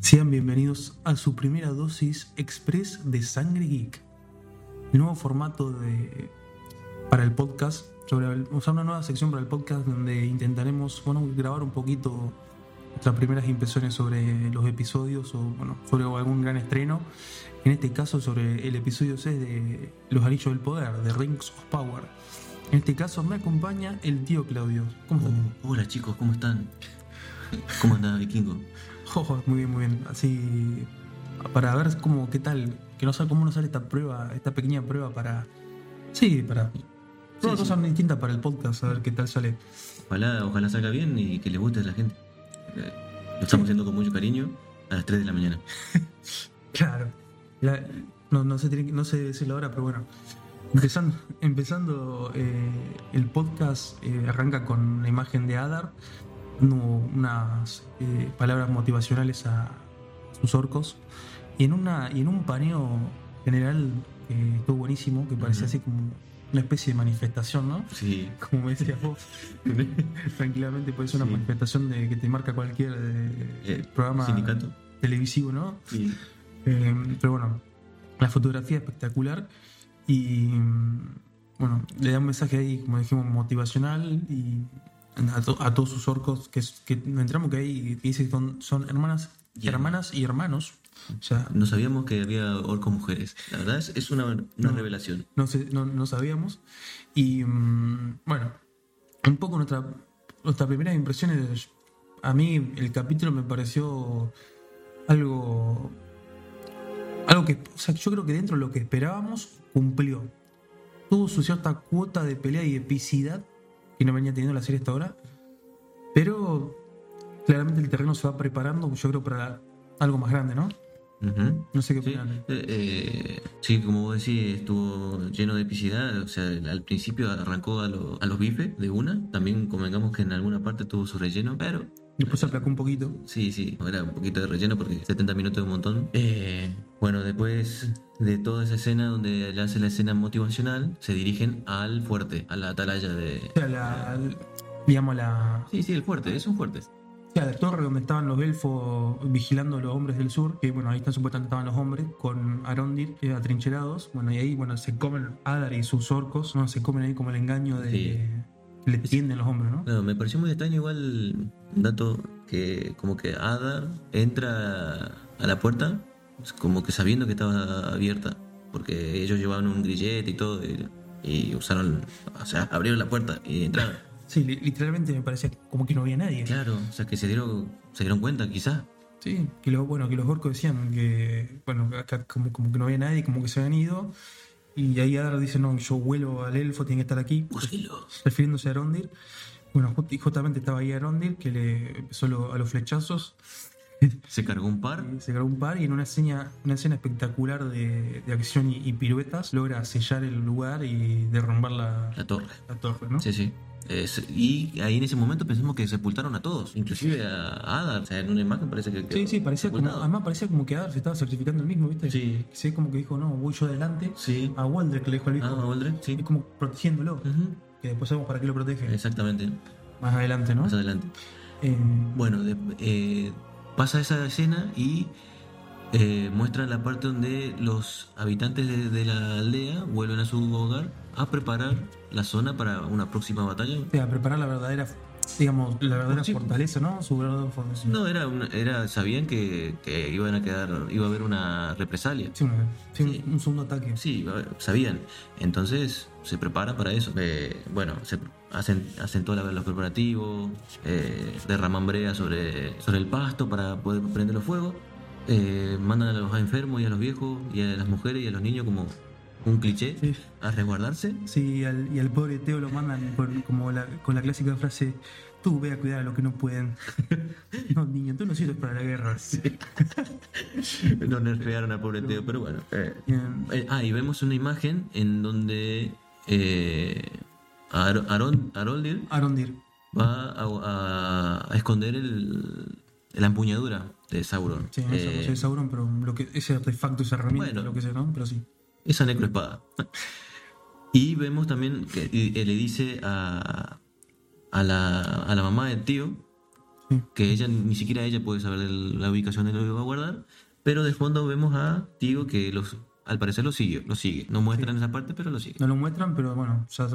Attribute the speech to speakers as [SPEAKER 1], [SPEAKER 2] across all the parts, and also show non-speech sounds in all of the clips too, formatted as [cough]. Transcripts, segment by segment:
[SPEAKER 1] Sean bienvenidos a su primera dosis express de Sangre Geek. Nuevo formato de, para el podcast, sobre el- o sea, una nueva sección para el podcast donde intentaremos bueno, grabar un poquito nuestras primeras impresiones sobre los episodios o bueno, sobre algún gran estreno. En este caso sobre el episodio 6 de Los Anillos del Poder, de Rings of Power. En este caso me acompaña el tío Claudio. ¿Cómo estás? tío?
[SPEAKER 2] Oh, hola chicos, ¿cómo están? ¿Cómo andan, vikingo?
[SPEAKER 1] [laughs] Jojo, Oh, muy bien, muy bien. Así para ver cómo qué tal, que no sé cómo nos sale esta prueba, esta pequeña prueba para sí, para una
[SPEAKER 2] sí.
[SPEAKER 1] cosa distinta para el podcast, a ver qué tal sale.
[SPEAKER 2] Ojalá, ojalá salga bien y que les guste a la gente. Eh, Lo estamos haciendo con mucho cariño a las 3 de la mañana.
[SPEAKER 1] Claro. La- no, no se tiene, que- no sé decirlo ahora, pero bueno. Empezando, empezando eh, el podcast eh, arranca con la imagen de Adar, dando unas eh, palabras motivacionales a sus orcos. Y en una, y en un paneo general eh, estuvo buenísimo, que parecía
[SPEAKER 2] Ujú.
[SPEAKER 1] así como una especie de manifestación, ¿no? [laughs]
[SPEAKER 2] Sí.
[SPEAKER 1] Como me decías vos, [laughs] tranquilamente puede ser una
[SPEAKER 2] Sí.
[SPEAKER 1] manifestación de que te marca cualquier eh,
[SPEAKER 2] Eh,
[SPEAKER 1] programa
[SPEAKER 2] Sindicato.
[SPEAKER 1] televisivo, ¿no?
[SPEAKER 2] Sí.
[SPEAKER 1] Eh, pero bueno, la fotografía espectacular y mm, bueno, le da un mensaje ahí, como dijimos, motivacional y a, to- a todos sus orcos que, es- que entramos que ahí que dice que son, son hermanas,
[SPEAKER 2] Y
[SPEAKER 1] hermanas y hermanos. O sea,
[SPEAKER 2] No sabíamos que había orcos mujeres. La verdad es, es una, una revelación.
[SPEAKER 1] no, sé- no, no sabíamos. Y mm, bueno, un poco nuestra, nuestras primeras impresiones. A mí el capítulo me pareció algo. Algo que. O sea, yo creo que dentro de lo que esperábamos, cumplió. Tuvo su cierta cuota de pelea y epicidad que no venía teniendo la serie hasta ahora. Pero claramente el terreno se va preparando, yo creo, para algo más grande, ¿no?
[SPEAKER 2] Ujú.
[SPEAKER 1] No sé qué
[SPEAKER 2] Sí,
[SPEAKER 1] opinan.
[SPEAKER 2] eh, eh, sí, como vos decís, estuvo lleno de epicidad. O sea, al principio arrancó a, lo- a los bifes de una. También convengamos que en alguna parte tuvo su relleno, pero
[SPEAKER 1] Después se aplacó un poquito.
[SPEAKER 2] Sí, sí, era un poquito de relleno porque 70 minutos es un montón. Eh, bueno, después de toda esa escena donde le hace la escena motivacional, se dirigen al fuerte, a la atalaya de...
[SPEAKER 1] O sea, la, digamos, la,
[SPEAKER 2] Sí, sí, el fuerte, es un fuerte.
[SPEAKER 1] o sea, la torre donde estaban los elfos vigilando a los hombres del sur, que bueno, ahí están supuestamente estaban los hombres, con Arondir eh, atrincherados, bueno, y ahí, bueno, se comen Adar y sus orcos, ¿no? Se comen ahí como el engaño de...
[SPEAKER 2] Sí.
[SPEAKER 1] que Le tienden los hombres, ¿no?
[SPEAKER 2] Claro, me pareció muy extraño igual un dato que como que Adar entra a la puerta como que sabiendo que estaba abierta, porque ellos llevaban un grillete y todo y, y usaron, o sea, abrieron la puerta y entraron.
[SPEAKER 1] Sí, li- literalmente me parecía como que no había nadie.
[SPEAKER 2] Claro, o sea que se dieron, se dieron cuenta quizás.
[SPEAKER 1] Sí, que los, bueno, que los orcos decían que, bueno, acá como, como que no había nadie, como que se habían ido. Y ahí Adar dice, no, yo vuelo al elfo, tiene que estar aquí. refiriéndose a Arondir. Bueno, ju- y justamente estaba ahí Arondir, que le empezó lo- a los flechazos,
[SPEAKER 2] Se cargó un par.
[SPEAKER 1] y se cargó un par y en una escena, una escena espectacular de, de acción y, y piruetas logra sellar el lugar y derrumbar la,
[SPEAKER 2] La torre.
[SPEAKER 1] la torre, ¿no?
[SPEAKER 2] Sí, sí. Es- y ahí en ese momento pensamos que sepultaron a todos, inclusive a Adar. O sea, en una imagen parece que.
[SPEAKER 1] Sí,
[SPEAKER 2] quedó
[SPEAKER 1] sí, parecía como,
[SPEAKER 2] sepultado.
[SPEAKER 1] además parecía como que Adar se estaba sacrificando el mismo, ¿viste?
[SPEAKER 2] Sí.
[SPEAKER 1] Sí, como que dijo, no, voy yo adelante.
[SPEAKER 2] Sí.
[SPEAKER 1] A Waldrek le dijo al hijo,
[SPEAKER 2] Ah, Waldrek, sí. Mm.
[SPEAKER 1] es como protegiéndolo,
[SPEAKER 2] Ujú.
[SPEAKER 1] que después sabemos para qué lo protege.
[SPEAKER 2] Exactamente.
[SPEAKER 1] Más adelante, ¿no?
[SPEAKER 2] Más adelante.
[SPEAKER 1] Eh,
[SPEAKER 2] Bueno, de- eh, pasa esa escena y eh, muestran la parte donde los habitantes de, de la aldea vuelven a su hogar a preparar la zona para una próxima batalla.
[SPEAKER 1] o sea, preparar la verdadera, digamos, la verdadera
[SPEAKER 2] Sí.
[SPEAKER 1] fortaleza, ¿no? Su verdadera fortaleza.
[SPEAKER 2] No, era, una- era sabían que, que iban a quedar, iba a haber una represalia.
[SPEAKER 1] Sí, una- sí, un-
[SPEAKER 2] Sí.
[SPEAKER 1] Un, segundo ataque.
[SPEAKER 2] Sí, a ver, sabían. Entonces se prepara para eso. Eh, bueno, se hacen, hacen todos los preparativos, eh, derraman brea sobre, sobre el pasto para poder prender los fuegos. eh, mandan a los enfermos y a los viejos y a las mujeres y a los niños como un cliché
[SPEAKER 1] Sí.
[SPEAKER 2] a resguardarse.
[SPEAKER 1] Sí, y al, y al pobre Teo lo mandan con, como la, con la clásica frase: Tú ve a cuidar a los que no pueden. [laughs] no, niño, tú no sirves para la guerra.
[SPEAKER 2] No nerfearon a pobre Teo, pero bueno. eh,
[SPEAKER 1] Bien.
[SPEAKER 2] Eh, ah, y vemos una imagen en donde eh, Ar- Aron- Aroldir
[SPEAKER 1] Arondir.
[SPEAKER 2] va a, a- a esconder el, la empuñadura de Sauron.
[SPEAKER 1] Sí, no sé
[SPEAKER 2] Eh,
[SPEAKER 1] cómo se llama Sauron, pero lo que, ese artefacto, esa herramienta,
[SPEAKER 2] Bueno.
[SPEAKER 1] lo que sea, ¿no? Pero sí.
[SPEAKER 2] esa necroespada. [laughs] y vemos eh, también que y- y le dice a, a, la, a la mamá del tío
[SPEAKER 1] Sí.
[SPEAKER 2] que ella ni siquiera ella puede saber de la ubicación de lo que va a guardar, pero de fondo vemos a Tigo que los al parecer lo sigue, lo sigue. No muestran esa parte, pero lo sigue.
[SPEAKER 1] No lo muestran, pero bueno, ya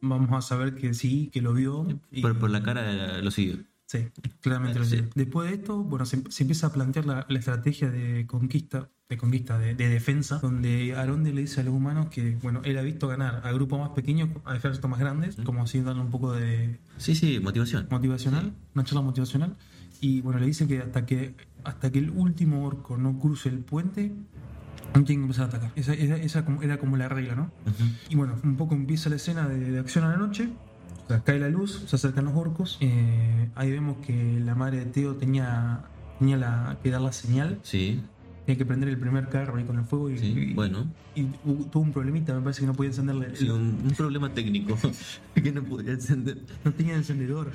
[SPEAKER 1] vamos a saber que sí, que lo vio. y-
[SPEAKER 2] Por, por la cara eh, lo sigue.
[SPEAKER 1] Sí, claramente lo
[SPEAKER 2] Sí.
[SPEAKER 1] sé. Después de esto, bueno, se, se empieza a plantear la, la estrategia de conquista, de conquista, de, de defensa, donde Aronde le dice a los humanos que, bueno, él ha visto ganar a grupos más pequeños, a ejércitos más grandes, como así darle un poco de
[SPEAKER 2] Sí, sí, motivación.
[SPEAKER 1] motivacional, una charla motivacional, y bueno, le dice que hasta que hasta que el último orco no cruce el puente, no tienen que empezar a atacar. Esa, esa- esa como- era como la regla, ¿no?
[SPEAKER 2] Ujú.
[SPEAKER 1] Y bueno, un poco empieza la escena de, de acción a la noche. O sea, cae la luz, se acercan los orcos. eh, ahí vemos que la madre de Teo tenía, tenía la, que dar la señal.
[SPEAKER 2] Sí,
[SPEAKER 1] Tenía que prender el primer carro ahí con el fuego. Y,
[SPEAKER 2] sí.
[SPEAKER 1] y-
[SPEAKER 2] Bueno,
[SPEAKER 1] y hu- tuvo un problemita, me parece que no podía encenderle.
[SPEAKER 2] sí, un, un problema técnico [laughs] que no podía encender.
[SPEAKER 1] No tenía
[SPEAKER 2] [laughs]
[SPEAKER 1] encendedor.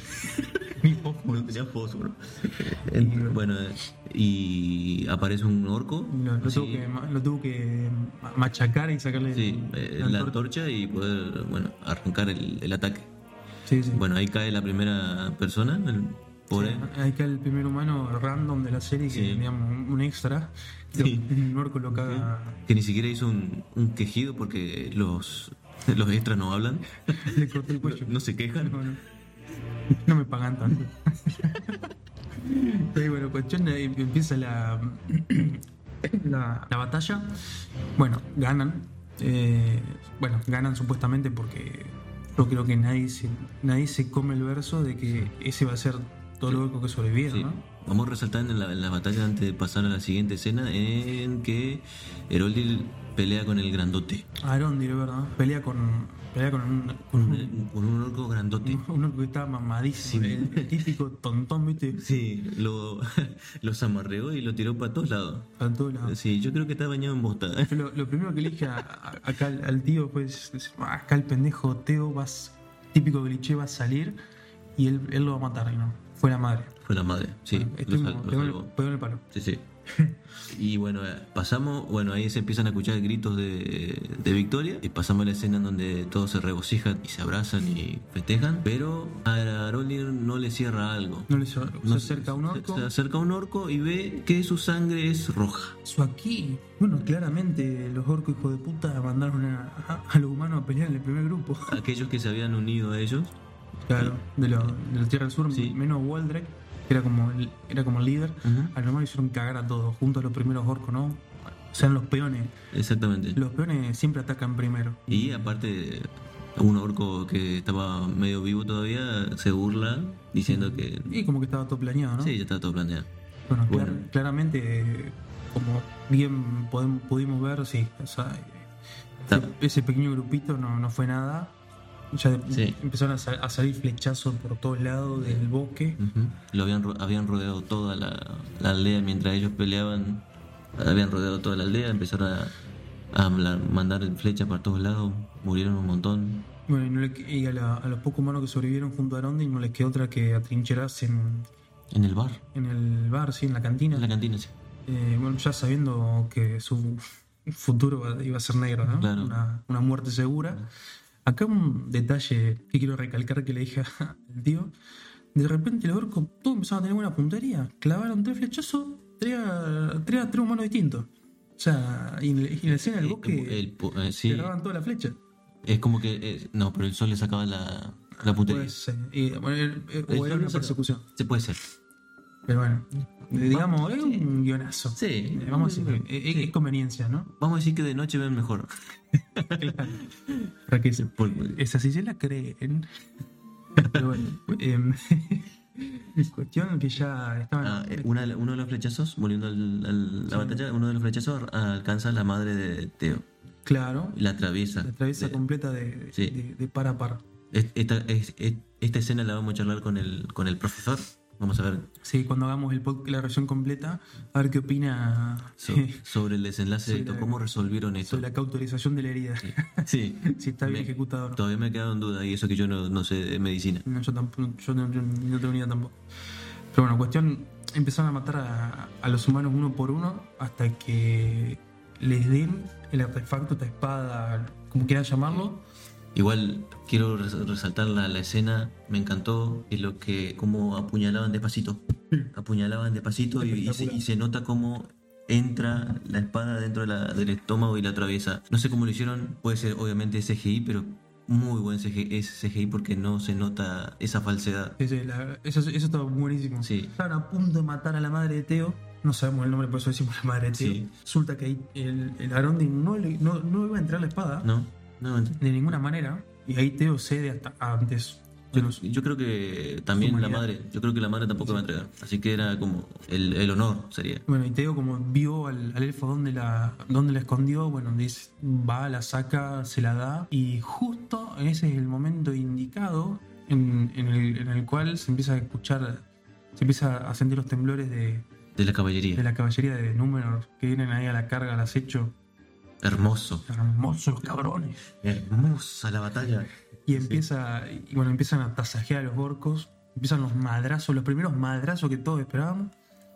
[SPEAKER 1] Ni fósforo.
[SPEAKER 2] No tenía fósforo. Ent- Bueno, eh, y aparece un orco.
[SPEAKER 1] Lo, lo
[SPEAKER 2] sí,
[SPEAKER 1] tuvo que, ma- lo tuvo que ma- machacar y sacarle
[SPEAKER 2] sí, eh,
[SPEAKER 1] la
[SPEAKER 2] la
[SPEAKER 1] antor-
[SPEAKER 2] antorcha y poder, bueno, arrancar el- el ataque.
[SPEAKER 1] Sí, sí.
[SPEAKER 2] Bueno, ahí cae la primera persona, el pobre.
[SPEAKER 1] Eh, Ahí cae el primer humano random de la serie, que
[SPEAKER 2] Sí.
[SPEAKER 1] digamos, un un extra. que
[SPEAKER 2] Sí.
[SPEAKER 1] Un orco lo caga.
[SPEAKER 2] Que ni siquiera hizo un, un quejido porque los, [laughs] los extras no hablan,
[SPEAKER 1] Le corté el cuello.
[SPEAKER 2] no se quejan.
[SPEAKER 1] No, no. No me pagan tanto. [laughs] Sí, bueno, cuestión eh, empieza la, [clears throat] la, la batalla. Bueno, ganan. Eh, bueno, ganan supuestamente porque yo creo que nadie se, nadie se come el verso de que ese va a ser todo lo único que sobreviviera,
[SPEAKER 2] Sí.
[SPEAKER 1] ¿no?
[SPEAKER 2] Vamos resaltando en la, en la batalla antes de pasar a la siguiente escena en que Heroldil pelea con el grandote.
[SPEAKER 1] Aaron, diré verdad, pelea con, pelea con un, con un-
[SPEAKER 2] Con con un orco grandote.
[SPEAKER 1] uno que está mamadísimo,
[SPEAKER 2] Sí.
[SPEAKER 1] el típico tontón, ¿viste?
[SPEAKER 2] Sí, lo, [laughs] los amarreó y lo tiró para todos lados.
[SPEAKER 1] Para todos lados.
[SPEAKER 2] Sí, yo creo que está bañado en bosta. [laughs]
[SPEAKER 1] Yo Lo, lo primero que le dije a- a- acá al, al tío fue: es- es, "Ah, Acá el pendejo Teo, vas, típico cliché, va a salir y él, él lo va a matar. y ¿no? Fue la madre.
[SPEAKER 2] Fue la madre, sí.
[SPEAKER 1] Bueno,
[SPEAKER 2] lo
[SPEAKER 1] estoy
[SPEAKER 2] sal-
[SPEAKER 1] como-
[SPEAKER 2] lo
[SPEAKER 1] pegó en el-
[SPEAKER 2] salvó.
[SPEAKER 1] pegó en el palo.
[SPEAKER 2] Sí, sí. Y bueno, eh, pasamos, bueno, ahí se empiezan a escuchar gritos de, de victoria. Y pasamos a la escena en donde todos se regocijan y se abrazan y festejan. Pero a Arolir no le cierra algo.
[SPEAKER 1] No le hizo-
[SPEAKER 2] No
[SPEAKER 1] se acerca un
[SPEAKER 2] se-
[SPEAKER 1] orco.
[SPEAKER 2] Se acerca un orco y ve que su sangre es roja.
[SPEAKER 1] Eso aquí. Bueno, claramente los orcos, hijos de puta, mandaron a, a- a los humanos a pelear en el primer grupo.
[SPEAKER 2] Aquellos que se habían unido a ellos.
[SPEAKER 1] Claro, de, lo- de la Tierra del Sur,
[SPEAKER 2] Sí.
[SPEAKER 1] menos Waldrek, que era como el, era como el líder.
[SPEAKER 2] Ujú.
[SPEAKER 1] A los humanos hicieron cagar a todos, junto a los primeros orcos, ¿no? O sea, los peones.
[SPEAKER 2] Exactamente.
[SPEAKER 1] Los peones siempre atacan primero.
[SPEAKER 2] Y aparte, un orco que estaba medio vivo todavía se burla diciendo que...
[SPEAKER 1] Y como que estaba todo planeado, ¿no?
[SPEAKER 2] Sí, ya está todo planeado.
[SPEAKER 1] Bueno, clar-
[SPEAKER 2] Bueno.
[SPEAKER 1] claramente, eh, como bien podem- pudimos ver, sí, o sea, eh,
[SPEAKER 2] Claro.
[SPEAKER 1] ese- ese pequeño grupito no, no fue nada. Ya de-
[SPEAKER 2] Sí.
[SPEAKER 1] empezaron a, sal- a salir flechazos por todos lados del bosque.
[SPEAKER 2] Ujú. Lo habían, ro- habían rodeado toda la, la aldea mientras ellos peleaban. Habían rodeado toda la aldea, empezaron a, a la- mandar flechas para todos lados, murieron un montón.
[SPEAKER 1] Bueno, y, no le- y a, la- a los pocos humanos que sobrevivieron junto a Aronde no les quedó otra que atrincherarse en,
[SPEAKER 2] En el bar,
[SPEAKER 1] en el bar, sí, en la cantina.
[SPEAKER 2] en la cantina, sí.
[SPEAKER 1] Eh, bueno, ya sabiendo que su futuro iba a ser negro, ¿no?
[SPEAKER 2] Claro.
[SPEAKER 1] Una, una muerte segura. Acá un detalle que quiero recalcar que le dije al tío. De repente los orcos todos empezaron a tener buena puntería. Clavaron tres flechazos, tres a tres, a tres humanos distintos. O sea, y en, la- y en la escena del
[SPEAKER 2] Eh,
[SPEAKER 1] bosque
[SPEAKER 2] el po- eh, sí,
[SPEAKER 1] cerraban toda la flecha.
[SPEAKER 2] es como que. eh, no, pero el sol le sacaba la, la puntería.
[SPEAKER 1] Pues, eh, y, bueno, eh, eh,
[SPEAKER 2] El
[SPEAKER 1] o era
[SPEAKER 2] sol
[SPEAKER 1] una
[SPEAKER 2] le saca-
[SPEAKER 1] persecución.
[SPEAKER 2] Se puede ser.
[SPEAKER 1] Pero bueno, digamos, es un guionazo.
[SPEAKER 2] Sí.
[SPEAKER 1] Eh, Vamos a decir, eh, eh, es conveniencia, ¿no?
[SPEAKER 2] Vamos a decir que de noche ven mejor.
[SPEAKER 1] Para que se-
[SPEAKER 2] Por-
[SPEAKER 1] Esa sí se la creen. Pero bueno, em, [laughs] cuestión que ya estaban.
[SPEAKER 2] Ah, eh, una de la- uno de los flechazos, volviendo al- al- la batalla, uno de los flechazos alcanza a la madre de Teo.
[SPEAKER 1] claro,
[SPEAKER 2] y La atraviesa.
[SPEAKER 1] la travesa completa de,
[SPEAKER 2] sí.
[SPEAKER 1] de- de par a par.
[SPEAKER 2] Es- Esta, es- es- esta escena la vamos a charlar con el, con el profesor. Vamos a ver
[SPEAKER 1] Sí, cuando hagamos el podcast, la versión completa, a ver qué opina
[SPEAKER 2] so-
[SPEAKER 1] [laughs]
[SPEAKER 2] sobre el desenlace de esto, cómo resolvieron esto.
[SPEAKER 1] sobre la cauterización de la herida.
[SPEAKER 2] Sí,
[SPEAKER 1] [laughs] si está bien
[SPEAKER 2] Me-
[SPEAKER 1] ejecutado o no.
[SPEAKER 2] todavía me quedaron dudas y eso que yo no, no sé de medicina.
[SPEAKER 1] No, yo tampoco, yo no, yo no tengo ni idea tampoco. Pero bueno, cuestión, empezaron a matar a, a los humanos uno por uno hasta que les den el artefacto, esta espada, como quieran llamarlo,
[SPEAKER 2] Igual quiero res- resaltar la, la escena, me encantó y lo que como apuñalaban despacito. Apuñalaban despacito y, y se, y se nota cómo entra la espada dentro de la- del estómago y la atraviesa. No sé cómo lo hicieron, puede ser obviamente CGI, pero muy buen CGI, es CGI porque no se nota esa falsedad.
[SPEAKER 1] Sí, sí, la- eso, eso está buenísimo.
[SPEAKER 2] Sí.
[SPEAKER 1] Estaban a punto de matar a la madre de Teo. No sabemos el nombre, por eso decimos la madre de Teo.
[SPEAKER 2] Sí.
[SPEAKER 1] Resulta que ahí el, el Arondin no, le- no, no iba a entrar la espada
[SPEAKER 2] No, no ent-
[SPEAKER 1] de ninguna manera. Y ahí Teo cede hasta antes.
[SPEAKER 2] Yo,
[SPEAKER 1] Bueno,
[SPEAKER 2] yo creo que también la
[SPEAKER 1] Humanidad.
[SPEAKER 2] madre, yo creo que la madre tampoco va a entregar. Así que era como el, el honor sería.
[SPEAKER 1] Bueno, y Teo como vio al, al elfo donde la, donde la escondió, bueno, dice, va, la saca, se la da. Y justo ese es el momento indicado en, en el, en el cual se empieza a escuchar, se empieza a sentir los temblores de,
[SPEAKER 2] De la
[SPEAKER 1] de
[SPEAKER 2] caballería.
[SPEAKER 1] la caballería de Númenor que vienen ahí a la carga, al acecho.
[SPEAKER 2] Hermoso.
[SPEAKER 1] Hermosos cabrones.
[SPEAKER 2] Hermosa la batalla.
[SPEAKER 1] Y empieza, y bueno, empiezan a tasajear a los orcos, empiezan los madrazos, los primeros madrazos que todos esperábamos,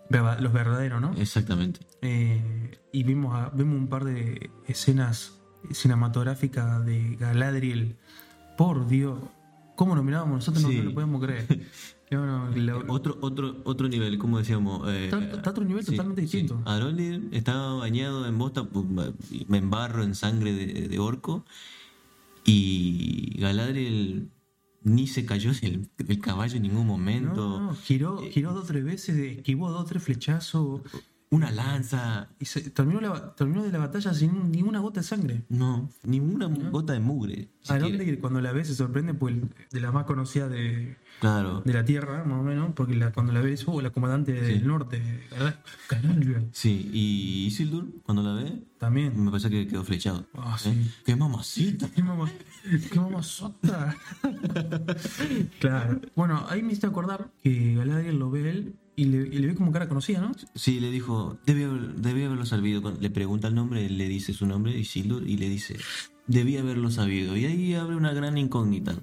[SPEAKER 1] verda- los verdaderos, ¿no?
[SPEAKER 2] Exactamente.
[SPEAKER 1] Eh, y vimos, a- vemos un par de escenas cinematográficas de Galadriel. Por Dios, ¿cómo lo mirábamos? Nosotros no-
[SPEAKER 2] Sí.
[SPEAKER 1] no, lo podíamos creer.
[SPEAKER 2] [laughs]
[SPEAKER 1] Y bueno, la-
[SPEAKER 2] Otro, otro, otro nivel, como decíamos. eh,
[SPEAKER 1] Está- está otro nivel totalmente distinto.
[SPEAKER 2] Aroldi estaba bañado en bosta, pu- ma- y me embarro en sangre de, de orco. Y Galadriel ni se cayó del, del caballo en ningún
[SPEAKER 1] no,
[SPEAKER 2] momento.
[SPEAKER 1] no, giró,
[SPEAKER 2] Eh,
[SPEAKER 1] giró dos o tres veces, esquivó dos o tres flechazos.
[SPEAKER 2] Una lanza.
[SPEAKER 1] Y se, terminó, la- terminó de la batalla sin ninguna gota de sangre.
[SPEAKER 2] No, ninguna gota de mugre.
[SPEAKER 1] A
[SPEAKER 2] siquiera.
[SPEAKER 1] Ah, dónde cuando la ve se sorprende, pues de las más conocidas de,
[SPEAKER 2] Claro.
[SPEAKER 1] de la Tierra, más o menos, porque la, cuando la ve es "Oh, la comandante del norte, ¿verdad? Galadriel,
[SPEAKER 2] Sí, y Isildur, cuando la ve,
[SPEAKER 1] También.
[SPEAKER 2] me parece que quedó flechado.
[SPEAKER 1] Ah,
[SPEAKER 2] ¿Eh?
[SPEAKER 1] sí.
[SPEAKER 2] ¡Qué mamacita!
[SPEAKER 1] ¿Qué, mamá, qué mamazota. [laughs] claro. Bueno, ahí me hice acordar que Galadriel lo ve él y le, y le ve como cara conocida, ¿no?
[SPEAKER 2] Sí, le dijo, debí, haber- debí haberlo sabido. Cuando Le pregunta el nombre, le dice su nombre, Isildur, y le dice, debí haberlo sabido. Y ahí abre una gran incógnita.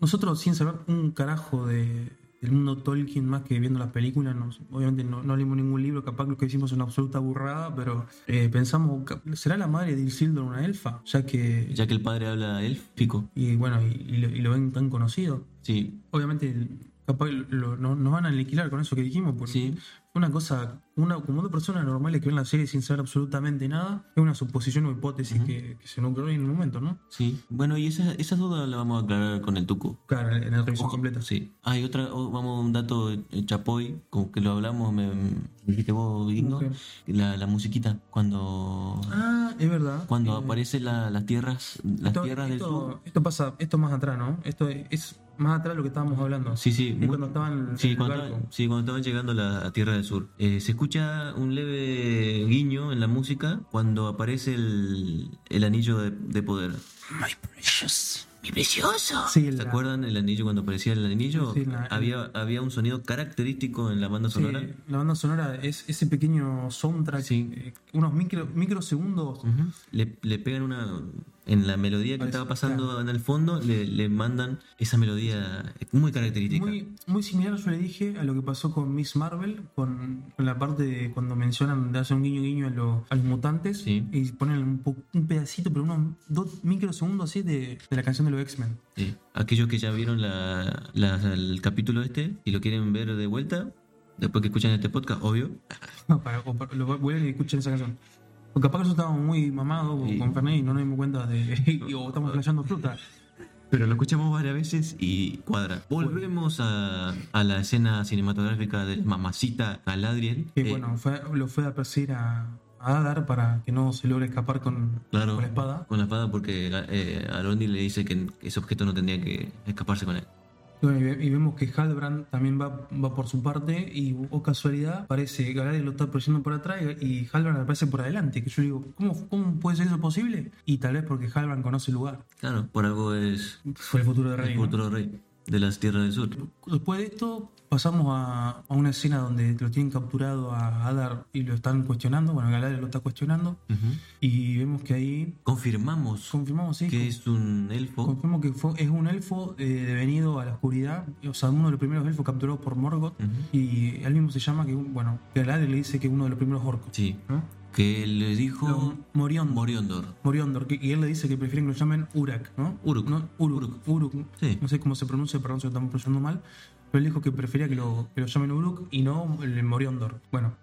[SPEAKER 1] Nosotros, sin saber un carajo de, del mundo Tolkien, más que viendo las películas, nos- obviamente no, no leímos ningún libro, capaz lo que hicimos es una absoluta burrada, pero eh, pensamos, ca- ¿será la madre de Isildur una elfa? Ya que...
[SPEAKER 2] Ya que el padre habla élfico.
[SPEAKER 1] Y bueno, y, y lo, y lo ven tan conocido.
[SPEAKER 2] Sí,
[SPEAKER 1] Obviamente, el- capaz lo- no- nos van a aniquilar con eso que dijimos, porque
[SPEAKER 2] Sí.
[SPEAKER 1] una cosa, una, como dos personas normales que ven la serie sin saber absolutamente nada, es una suposición o hipótesis que, que se nos ocurrió en el momento, ¿no?
[SPEAKER 2] sí. Bueno, y esa, esa duda la vamos a aclarar con el tuco.
[SPEAKER 1] Claro, en la revisión completa.
[SPEAKER 2] Sí. Hay otra, o- vamos a un dato, eh, Chapoy, como que lo hablamos, me, me dijiste vos, Guingo,
[SPEAKER 1] Ok.
[SPEAKER 2] la, la musiquita, cuando
[SPEAKER 1] Ah, es verdad.
[SPEAKER 2] cuando aparecen la- las tierras, las
[SPEAKER 1] Esto,
[SPEAKER 2] tierras del
[SPEAKER 1] esto-
[SPEAKER 2] sur.
[SPEAKER 1] esto pasa, esto más atrás, ¿no? Esto es, es más atrás de lo que estábamos hablando.
[SPEAKER 2] Sí, sí,
[SPEAKER 1] Es
[SPEAKER 2] muy-
[SPEAKER 1] cuando estaban en
[SPEAKER 2] Sí
[SPEAKER 1] el
[SPEAKER 2] cuando,
[SPEAKER 1] barco.
[SPEAKER 2] estaban- sí, cuando estaban llegando a la Tierra del Sur. Eh, se escucha un leve guiño en la música cuando aparece el, el anillo de, de poder. My precious. Mi precioso.
[SPEAKER 1] Sí,
[SPEAKER 2] ¿Se
[SPEAKER 1] la-
[SPEAKER 2] acuerdan el anillo cuando aparecía el anillo?
[SPEAKER 1] Sí, la-
[SPEAKER 2] había, había un sonido característico en la banda
[SPEAKER 1] Sí,
[SPEAKER 2] sonora.
[SPEAKER 1] la banda sonora es ese pequeño soundtrack,
[SPEAKER 2] Sí.
[SPEAKER 1] eh, unos micro, microsegundos
[SPEAKER 2] Ujú. le, le pegan una. En la melodía que
[SPEAKER 1] Parece-
[SPEAKER 2] estaba pasando en el fondo, le, le mandan esa melodía muy característica.
[SPEAKER 1] Muy, muy similar, yo le dije, a lo que pasó con Miss Marvel, con, con la parte de cuando mencionan, le hacen un guiño guiño a, lo- a los mutantes
[SPEAKER 2] Sí.
[SPEAKER 1] y ponen un, po- un pedacito, pero unos dos microsegundos así de, de la canción de los X-Men.
[SPEAKER 2] Sí. Aquellos que ya vieron la- la- el capítulo este y lo quieren ver de vuelta, después que escuchan este podcast, obvio.
[SPEAKER 1] No, [laughs] para- o para- lo vuelven y escuchan esa canción. O capaz que nosotros estábamos muy mamados
[SPEAKER 2] Sí.
[SPEAKER 1] con Fernández y no nos dimos cuenta de. [laughs] o estamos flasheando fruta.
[SPEAKER 2] Pero lo escuchamos varias veces y cuadra. Volvemos a, a la escena cinematográfica de mamacita Galadriel.
[SPEAKER 1] Que
[SPEAKER 2] Eh,
[SPEAKER 1] bueno, fue- lo fue a perseguir a, a Adar para que no se logre escapar con,
[SPEAKER 2] claro,
[SPEAKER 1] con la espada.
[SPEAKER 2] Con la espada porque eh, Arondi le dice que ese objeto no tendría que escaparse con él.
[SPEAKER 1] Y bueno, y ve- y vemos que Halbrand también va, va por su parte y, o casualidad, parece Galadriel lo está proyectando por atrás y, y Halbrand aparece por adelante. Que yo digo, ¿cómo, ¿cómo puede ser eso posible? Y tal vez porque Halbrand conoce el lugar.
[SPEAKER 2] Claro, por algo es
[SPEAKER 1] Fue el futuro de Rey.
[SPEAKER 2] el
[SPEAKER 1] ¿no?
[SPEAKER 2] futuro rey de las tierras del sur.
[SPEAKER 1] Después de esto, pasamos a, a una escena donde lo tienen capturado a Adar y lo están cuestionando. Bueno, Galadriel lo está cuestionando.
[SPEAKER 2] Ujú.
[SPEAKER 1] Y vemos que ahí
[SPEAKER 2] Confirmamos
[SPEAKER 1] confirmamos, sí,
[SPEAKER 2] que es un elfo.
[SPEAKER 1] Confirmo que fue, es un elfo eh, devenido a la oscuridad, o sea, uno de los primeros elfos capturados por Morgoth,
[SPEAKER 2] Ujú.
[SPEAKER 1] y él mismo se llama, que un- bueno, Galadriel le dice que es uno de los primeros orcos.
[SPEAKER 2] Sí.
[SPEAKER 1] ¿no?
[SPEAKER 2] que le dijo
[SPEAKER 1] Lo- Morión.
[SPEAKER 2] Moriondor.
[SPEAKER 1] Moriondor, que- y él le dice que prefieren que lo llamen Urak, ¿no?
[SPEAKER 2] Uruk.
[SPEAKER 1] No, Uruk. Uruk.
[SPEAKER 2] Sí.
[SPEAKER 1] No sé cómo se pronuncia, perdón si lo estamos pronunciando mal. Pero él dijo que prefería que lo, que lo llamen Uruk y no el Moriondor. Bueno,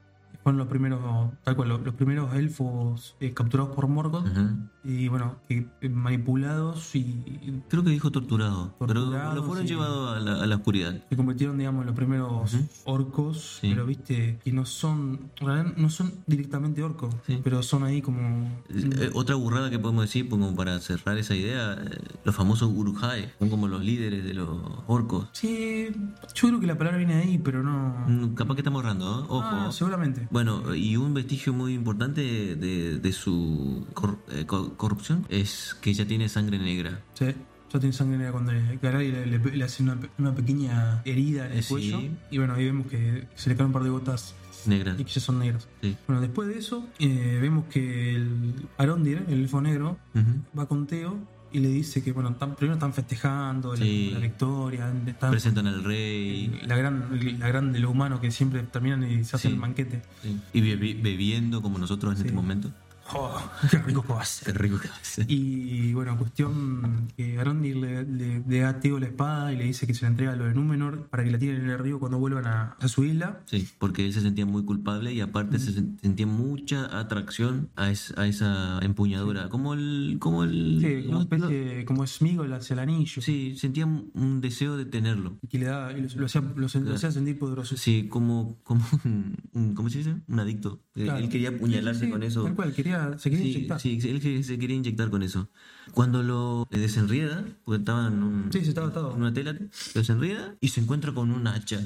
[SPEAKER 1] fueron los primeros, tal cual, lo- los, primeros elfos eh, capturados por Morgoth.
[SPEAKER 2] Ujú.
[SPEAKER 1] Y bueno, que, eh, manipulados y, y
[SPEAKER 2] Creo que dijo torturado, pero
[SPEAKER 1] Torturado,
[SPEAKER 2] lo fueron
[SPEAKER 1] sí.
[SPEAKER 2] llevados a la, a la oscuridad.
[SPEAKER 1] se convirtieron, digamos, en los primeros orcos.
[SPEAKER 2] Sí.
[SPEAKER 1] Pero viste, que no son, en realidad no son directamente orcos,
[SPEAKER 2] Sí.
[SPEAKER 1] pero son ahí como...
[SPEAKER 2] Eh, Otra burrada que podemos decir, pues, como para cerrar esa idea, eh, los famosos Urujai, son como los líderes de los orcos.
[SPEAKER 1] Sí, yo creo que la palabra viene de ahí, pero no...
[SPEAKER 2] Mm, Capaz que estamos errando, ¿eh? ojo.
[SPEAKER 1] Ah, seguramente.
[SPEAKER 2] Bueno, y un vestigio muy importante de, de su cor- eh, co- corrupción es que ella tiene sangre negra.
[SPEAKER 1] Sí, ya tiene sangre negra cuando le Garay le, le- le hace una, una pequeña herida en
[SPEAKER 2] Eh,
[SPEAKER 1] el
[SPEAKER 2] sí.
[SPEAKER 1] cuello. Y bueno, ahí vemos que se le caen un par de gotas
[SPEAKER 2] Negra.
[SPEAKER 1] y que ya son negras.
[SPEAKER 2] Sí.
[SPEAKER 1] Bueno, después de eso, eh, vemos que el Arondir, el elfo negro,
[SPEAKER 2] Ujú.
[SPEAKER 1] va con Teo y le dice que, bueno, están- primero están festejando la-
[SPEAKER 2] Sí.
[SPEAKER 1] la, victoria, están-
[SPEAKER 2] Ah. Presentan al rey
[SPEAKER 1] la gran, la gran de lo humano que siempre terminan y se hacen
[SPEAKER 2] Sí.
[SPEAKER 1] el banquete.
[SPEAKER 2] sí. y bebi- bebiendo como nosotros en este momento.
[SPEAKER 1] [laughs] ¡Oh, qué rico que va a ser!
[SPEAKER 2] Qué rico que va a ser.
[SPEAKER 1] Y bueno, cuestión que Arondir le, le- le da a Teo la espada y le dice que se la entrega a los de Númenor para que la tiren en el río cuando vuelvan a, a su isla.
[SPEAKER 2] Sí, porque él se sentía muy culpable y aparte se sen- sentía mucha atracción a, es- a esa empuñadura. Como el. Como el
[SPEAKER 1] Sí, como,
[SPEAKER 2] lo- lo-
[SPEAKER 1] especie- como es Smigol hacia el anillo.
[SPEAKER 2] sí, sentía un un deseo de tenerlo.
[SPEAKER 1] Y que le da, y lo, lo hacía, lo sen- lo hacía sentir poderoso.
[SPEAKER 2] Sí, como, como [laughs] un, un- ¿cómo se dice? Un adicto. Eh,
[SPEAKER 1] Claro.
[SPEAKER 2] Él quería apuñalarse
[SPEAKER 1] Sí, sí,
[SPEAKER 2] con eso.
[SPEAKER 1] Tal cual, quería, se quería
[SPEAKER 2] Sí,
[SPEAKER 1] inyectar.
[SPEAKER 2] sí, él que- se quería inyectar con eso. Cuando lo eh, desenrieda, porque estaba en, un-
[SPEAKER 1] Sí, sí, estaba atado.
[SPEAKER 2] en una tela, lo desenrieda y se encuentra con un hacha.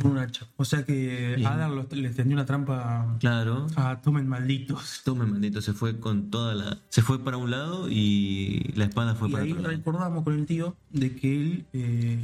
[SPEAKER 1] Con un hacha. O sea que Adar los- les tendió una trampa
[SPEAKER 2] Claro.
[SPEAKER 1] a tomen malditos.
[SPEAKER 2] Tome, maldito, se fue con toda la. Se fue para un lado y la espada fue
[SPEAKER 1] Y
[SPEAKER 2] para
[SPEAKER 1] ahí
[SPEAKER 2] otro lado.
[SPEAKER 1] recordamos con el tío de que él, eh,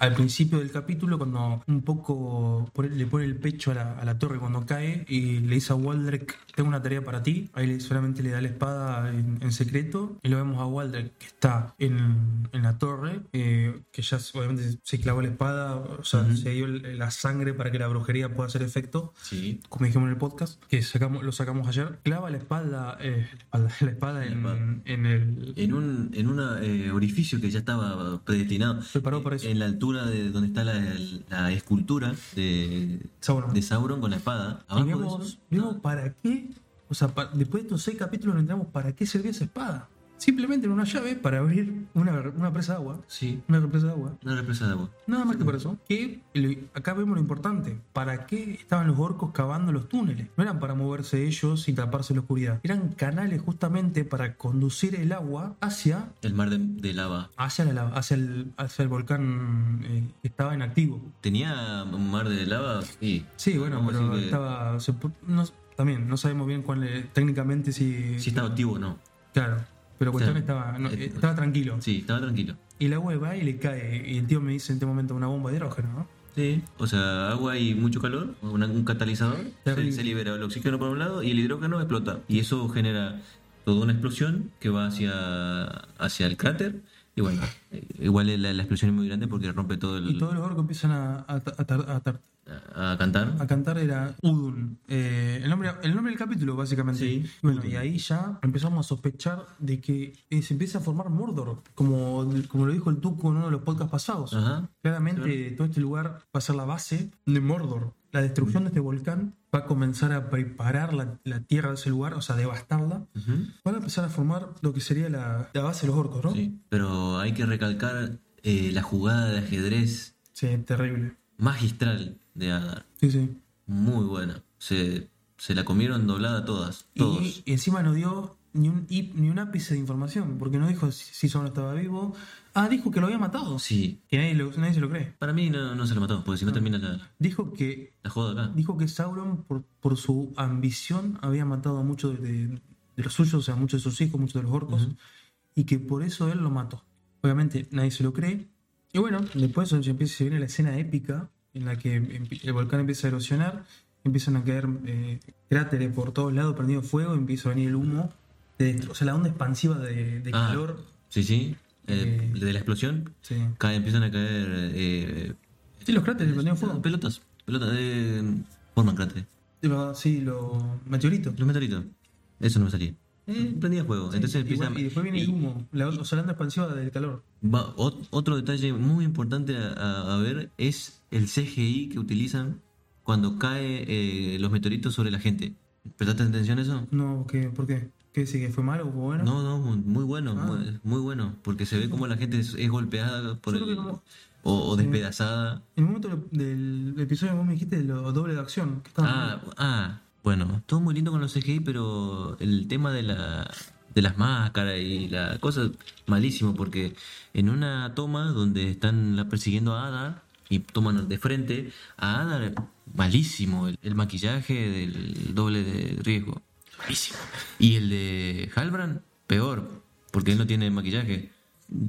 [SPEAKER 1] al principio del capítulo, cuando un poco pone- le pone el pecho a la, a la torre cuando cae y le dice a Waldrek, tengo una tarea para ti, ahí le- solamente le da la espada en, en secreto y lo vemos a Waldrek que está en, en la torre, eh, que ya se- obviamente se clavó la espada, o sea, se dio el- la sangre para que la brujería pueda hacer efecto
[SPEAKER 2] Sí.
[SPEAKER 1] como dijimos en el podcast, que sacamos, lo sacamos ayer, clava la espalda, eh, la espalda, la espada en,
[SPEAKER 2] espada.
[SPEAKER 1] en el...
[SPEAKER 2] En un en una, eh, orificio que ya estaba predestinado.
[SPEAKER 1] Preparado para eso.
[SPEAKER 2] En la altura de donde está la, la escultura de,
[SPEAKER 1] Sauron.
[SPEAKER 2] de Sauron con la espada. Abajo de
[SPEAKER 1] Digamos,
[SPEAKER 2] eso-
[SPEAKER 1] digamos, ¿para qué? O sea, pa- después de estos seis capítulos no entramos, ¿para qué servía esa espada? Simplemente era una llave para abrir una, una presa de agua.
[SPEAKER 2] Sí.
[SPEAKER 1] Una represa de agua.
[SPEAKER 2] Una represa de agua.
[SPEAKER 1] Nada más que para eso. Que lo- acá vemos lo importante. ¿Para qué estaban los orcos cavando los túneles? No eran para moverse ellos y taparse la oscuridad. Eran canales justamente para conducir el agua hacia
[SPEAKER 2] El mar de, de lava.
[SPEAKER 1] hacia, la lava- hacia, el, hacia el volcán eh, que estaba inactivo.
[SPEAKER 2] ¿Tenía un mar de lava? Sí.
[SPEAKER 1] Sí, bueno,
[SPEAKER 2] Vamos a
[SPEAKER 1] pero
[SPEAKER 2] decir que-
[SPEAKER 1] estaba. se pu- no- también, no sabemos bien cuál es- técnicamente si.
[SPEAKER 2] Si estaba activo o no.
[SPEAKER 1] Claro. Pero cuestión
[SPEAKER 2] Sí.
[SPEAKER 1] estaba, no,
[SPEAKER 2] Eh,
[SPEAKER 1] estaba tranquilo.
[SPEAKER 2] Sí, estaba tranquilo.
[SPEAKER 1] Y la agua va y le cae. Y el tío me dice en este momento una bomba de hidrógeno, ¿no?
[SPEAKER 2] Sí. O sea, agua y mucho calor, una- un catalizador,
[SPEAKER 1] Terrible.
[SPEAKER 2] se, se libera el oxígeno por un lado y el hidrógeno explota. Y eso genera toda una explosión que va hacia, hacia el cráter. Y bueno, eh, igual la, la explosión es muy grande porque rompe todo el...
[SPEAKER 1] Y todos los orcos empiezan a, a- a tar- a tar-
[SPEAKER 2] A, a cantar.
[SPEAKER 1] a cantar era Udun. Eh, el, nombre, el nombre del capítulo, básicamente.
[SPEAKER 2] Sí,
[SPEAKER 1] bueno, y ahí ya empezamos a sospechar de que eh, se empieza a formar Mordor, como, como lo dijo el Tuco en uno de los podcasts pasados.
[SPEAKER 2] Ajá.
[SPEAKER 1] Claramente todo este lugar va a ser la base de Mordor. La destrucción de este volcán va a comenzar a preparar la, la tierra de ese lugar, o sea, devastarla.
[SPEAKER 2] Ujú.
[SPEAKER 1] Van a empezar a formar lo que sería la, la base de los orcos, ¿no?
[SPEAKER 2] Sí. Pero hay que recalcar eh, la jugada de ajedrez
[SPEAKER 1] Sí, terrible.
[SPEAKER 2] magistral de Adar.
[SPEAKER 1] Sí, sí.
[SPEAKER 2] Muy buena. Se, se la comieron doblada todas. Todos.
[SPEAKER 1] Y encima no dio ni un, hip- ni un ápice de información, porque no dijo si, si Sauron estaba vivo. Ah, dijo que lo había matado.
[SPEAKER 2] Sí.
[SPEAKER 1] Que nadie, lo- nadie se lo cree.
[SPEAKER 2] Para mí no, no se lo mató, porque si no termina la,
[SPEAKER 1] Dijo que
[SPEAKER 2] la joda acá.
[SPEAKER 1] Dijo que Sauron, por, por su ambición, había matado a muchos de, de los suyos, o sea, muchos de sus hijos, muchos de los orcos, y que por eso él lo mató. Obviamente nadie se lo cree. Y bueno, después se, empieza, se viene la escena épica en la que empi- el volcán empieza a erosionar, empiezan a caer eh, cráteres por todos lados, prendido fuego, empieza a venir el humo, de, o sea, la onda expansiva de, de
[SPEAKER 2] Ah,
[SPEAKER 1] calor.
[SPEAKER 2] sí, sí. Eh,
[SPEAKER 1] Eh,
[SPEAKER 2] de la explosión.
[SPEAKER 1] Sí.
[SPEAKER 2] Cae, empiezan a caer eh,
[SPEAKER 1] Sí, los cráteres prendido
[SPEAKER 2] eh,
[SPEAKER 1] fuego.
[SPEAKER 2] pelotas. Pelotas. eh, forman cráter.
[SPEAKER 1] De verdad, sí, los meteoritos.
[SPEAKER 2] Los meteoritos. Eso no me salía. Eh, prendía fuego. Entonces
[SPEAKER 1] Y
[SPEAKER 2] empieza.
[SPEAKER 1] bueno, y después viene
[SPEAKER 2] y-
[SPEAKER 1] el humo, la, o sea, la onda expansiva del calor.
[SPEAKER 2] Va- ot- otro detalle muy importante a, a- a ver es el CGI que utilizan cuando cae eh, los meteoritos sobre la gente. ¿Prestaste atención a eso?
[SPEAKER 1] No, ¿qué, ¿por qué? ¿Qué decís? ¿Que fue malo o fue bueno?
[SPEAKER 2] No, no, muy bueno,
[SPEAKER 1] Ah.
[SPEAKER 2] muy, muy bueno, porque se ve como la gente es, es golpeada por
[SPEAKER 1] Yo creo
[SPEAKER 2] el-
[SPEAKER 1] que como-
[SPEAKER 2] o, o
[SPEAKER 1] Sí.
[SPEAKER 2] despedazada.
[SPEAKER 1] En el momento del- del episodio vos me dijiste de los dobles de acción. Que estaban-
[SPEAKER 2] Ah, ah, bueno, todo muy lindo con los CGI, pero el tema de la de las máscaras y la cosa malísimo porque en una toma donde están la persiguiendo a Adar y toman de frente a Adar malísimo el, el maquillaje del doble de riesgo malísimo y el de Halbrand peor porque él no tiene maquillaje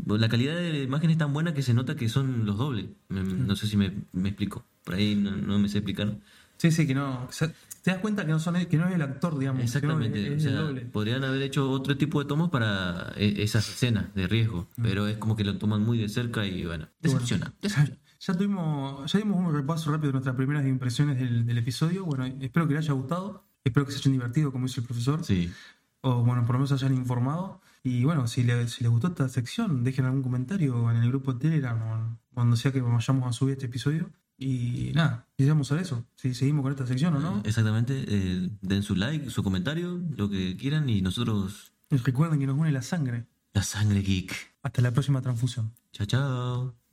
[SPEAKER 2] la calidad de la imagen es tan buena que se nota que son los dobles Me- no sé si me, me explico por ahí no, no me sé explicar
[SPEAKER 1] Sí, sí, que no. o sea, te das cuenta que no, son, que no es el actor, digamos. que no es-
[SPEAKER 2] Exactamente,
[SPEAKER 1] es
[SPEAKER 2] o sea,
[SPEAKER 1] el doble.
[SPEAKER 2] podrían haber hecho otro tipo de tomas para e- esas escenas de riesgo, pero es como que lo toman muy de cerca y bueno, decepciona. decepciona.
[SPEAKER 1] Ya tuvimos, ya dimos un repaso rápido de nuestras primeras impresiones del, del episodio. Bueno, espero que les haya gustado. Espero que se hayan divertido, como hizo el profesor.
[SPEAKER 2] Sí,
[SPEAKER 1] O bueno, por lo menos hayan informado. Y bueno, si les, si les gustó esta sección, dejen algún comentario en el grupo de Telegram o en- cuando sea que vayamos a subir este episodio. Y nada, llegamos a eso. Si seguimos con esta sección o no.
[SPEAKER 2] exactamente. eh, den su like, su comentario, lo que quieran y nosotros,
[SPEAKER 1] Recuerden que nos une la sangre.
[SPEAKER 2] la sangre geek.
[SPEAKER 1] Hasta la próxima transfusión.
[SPEAKER 2] Chao, chao.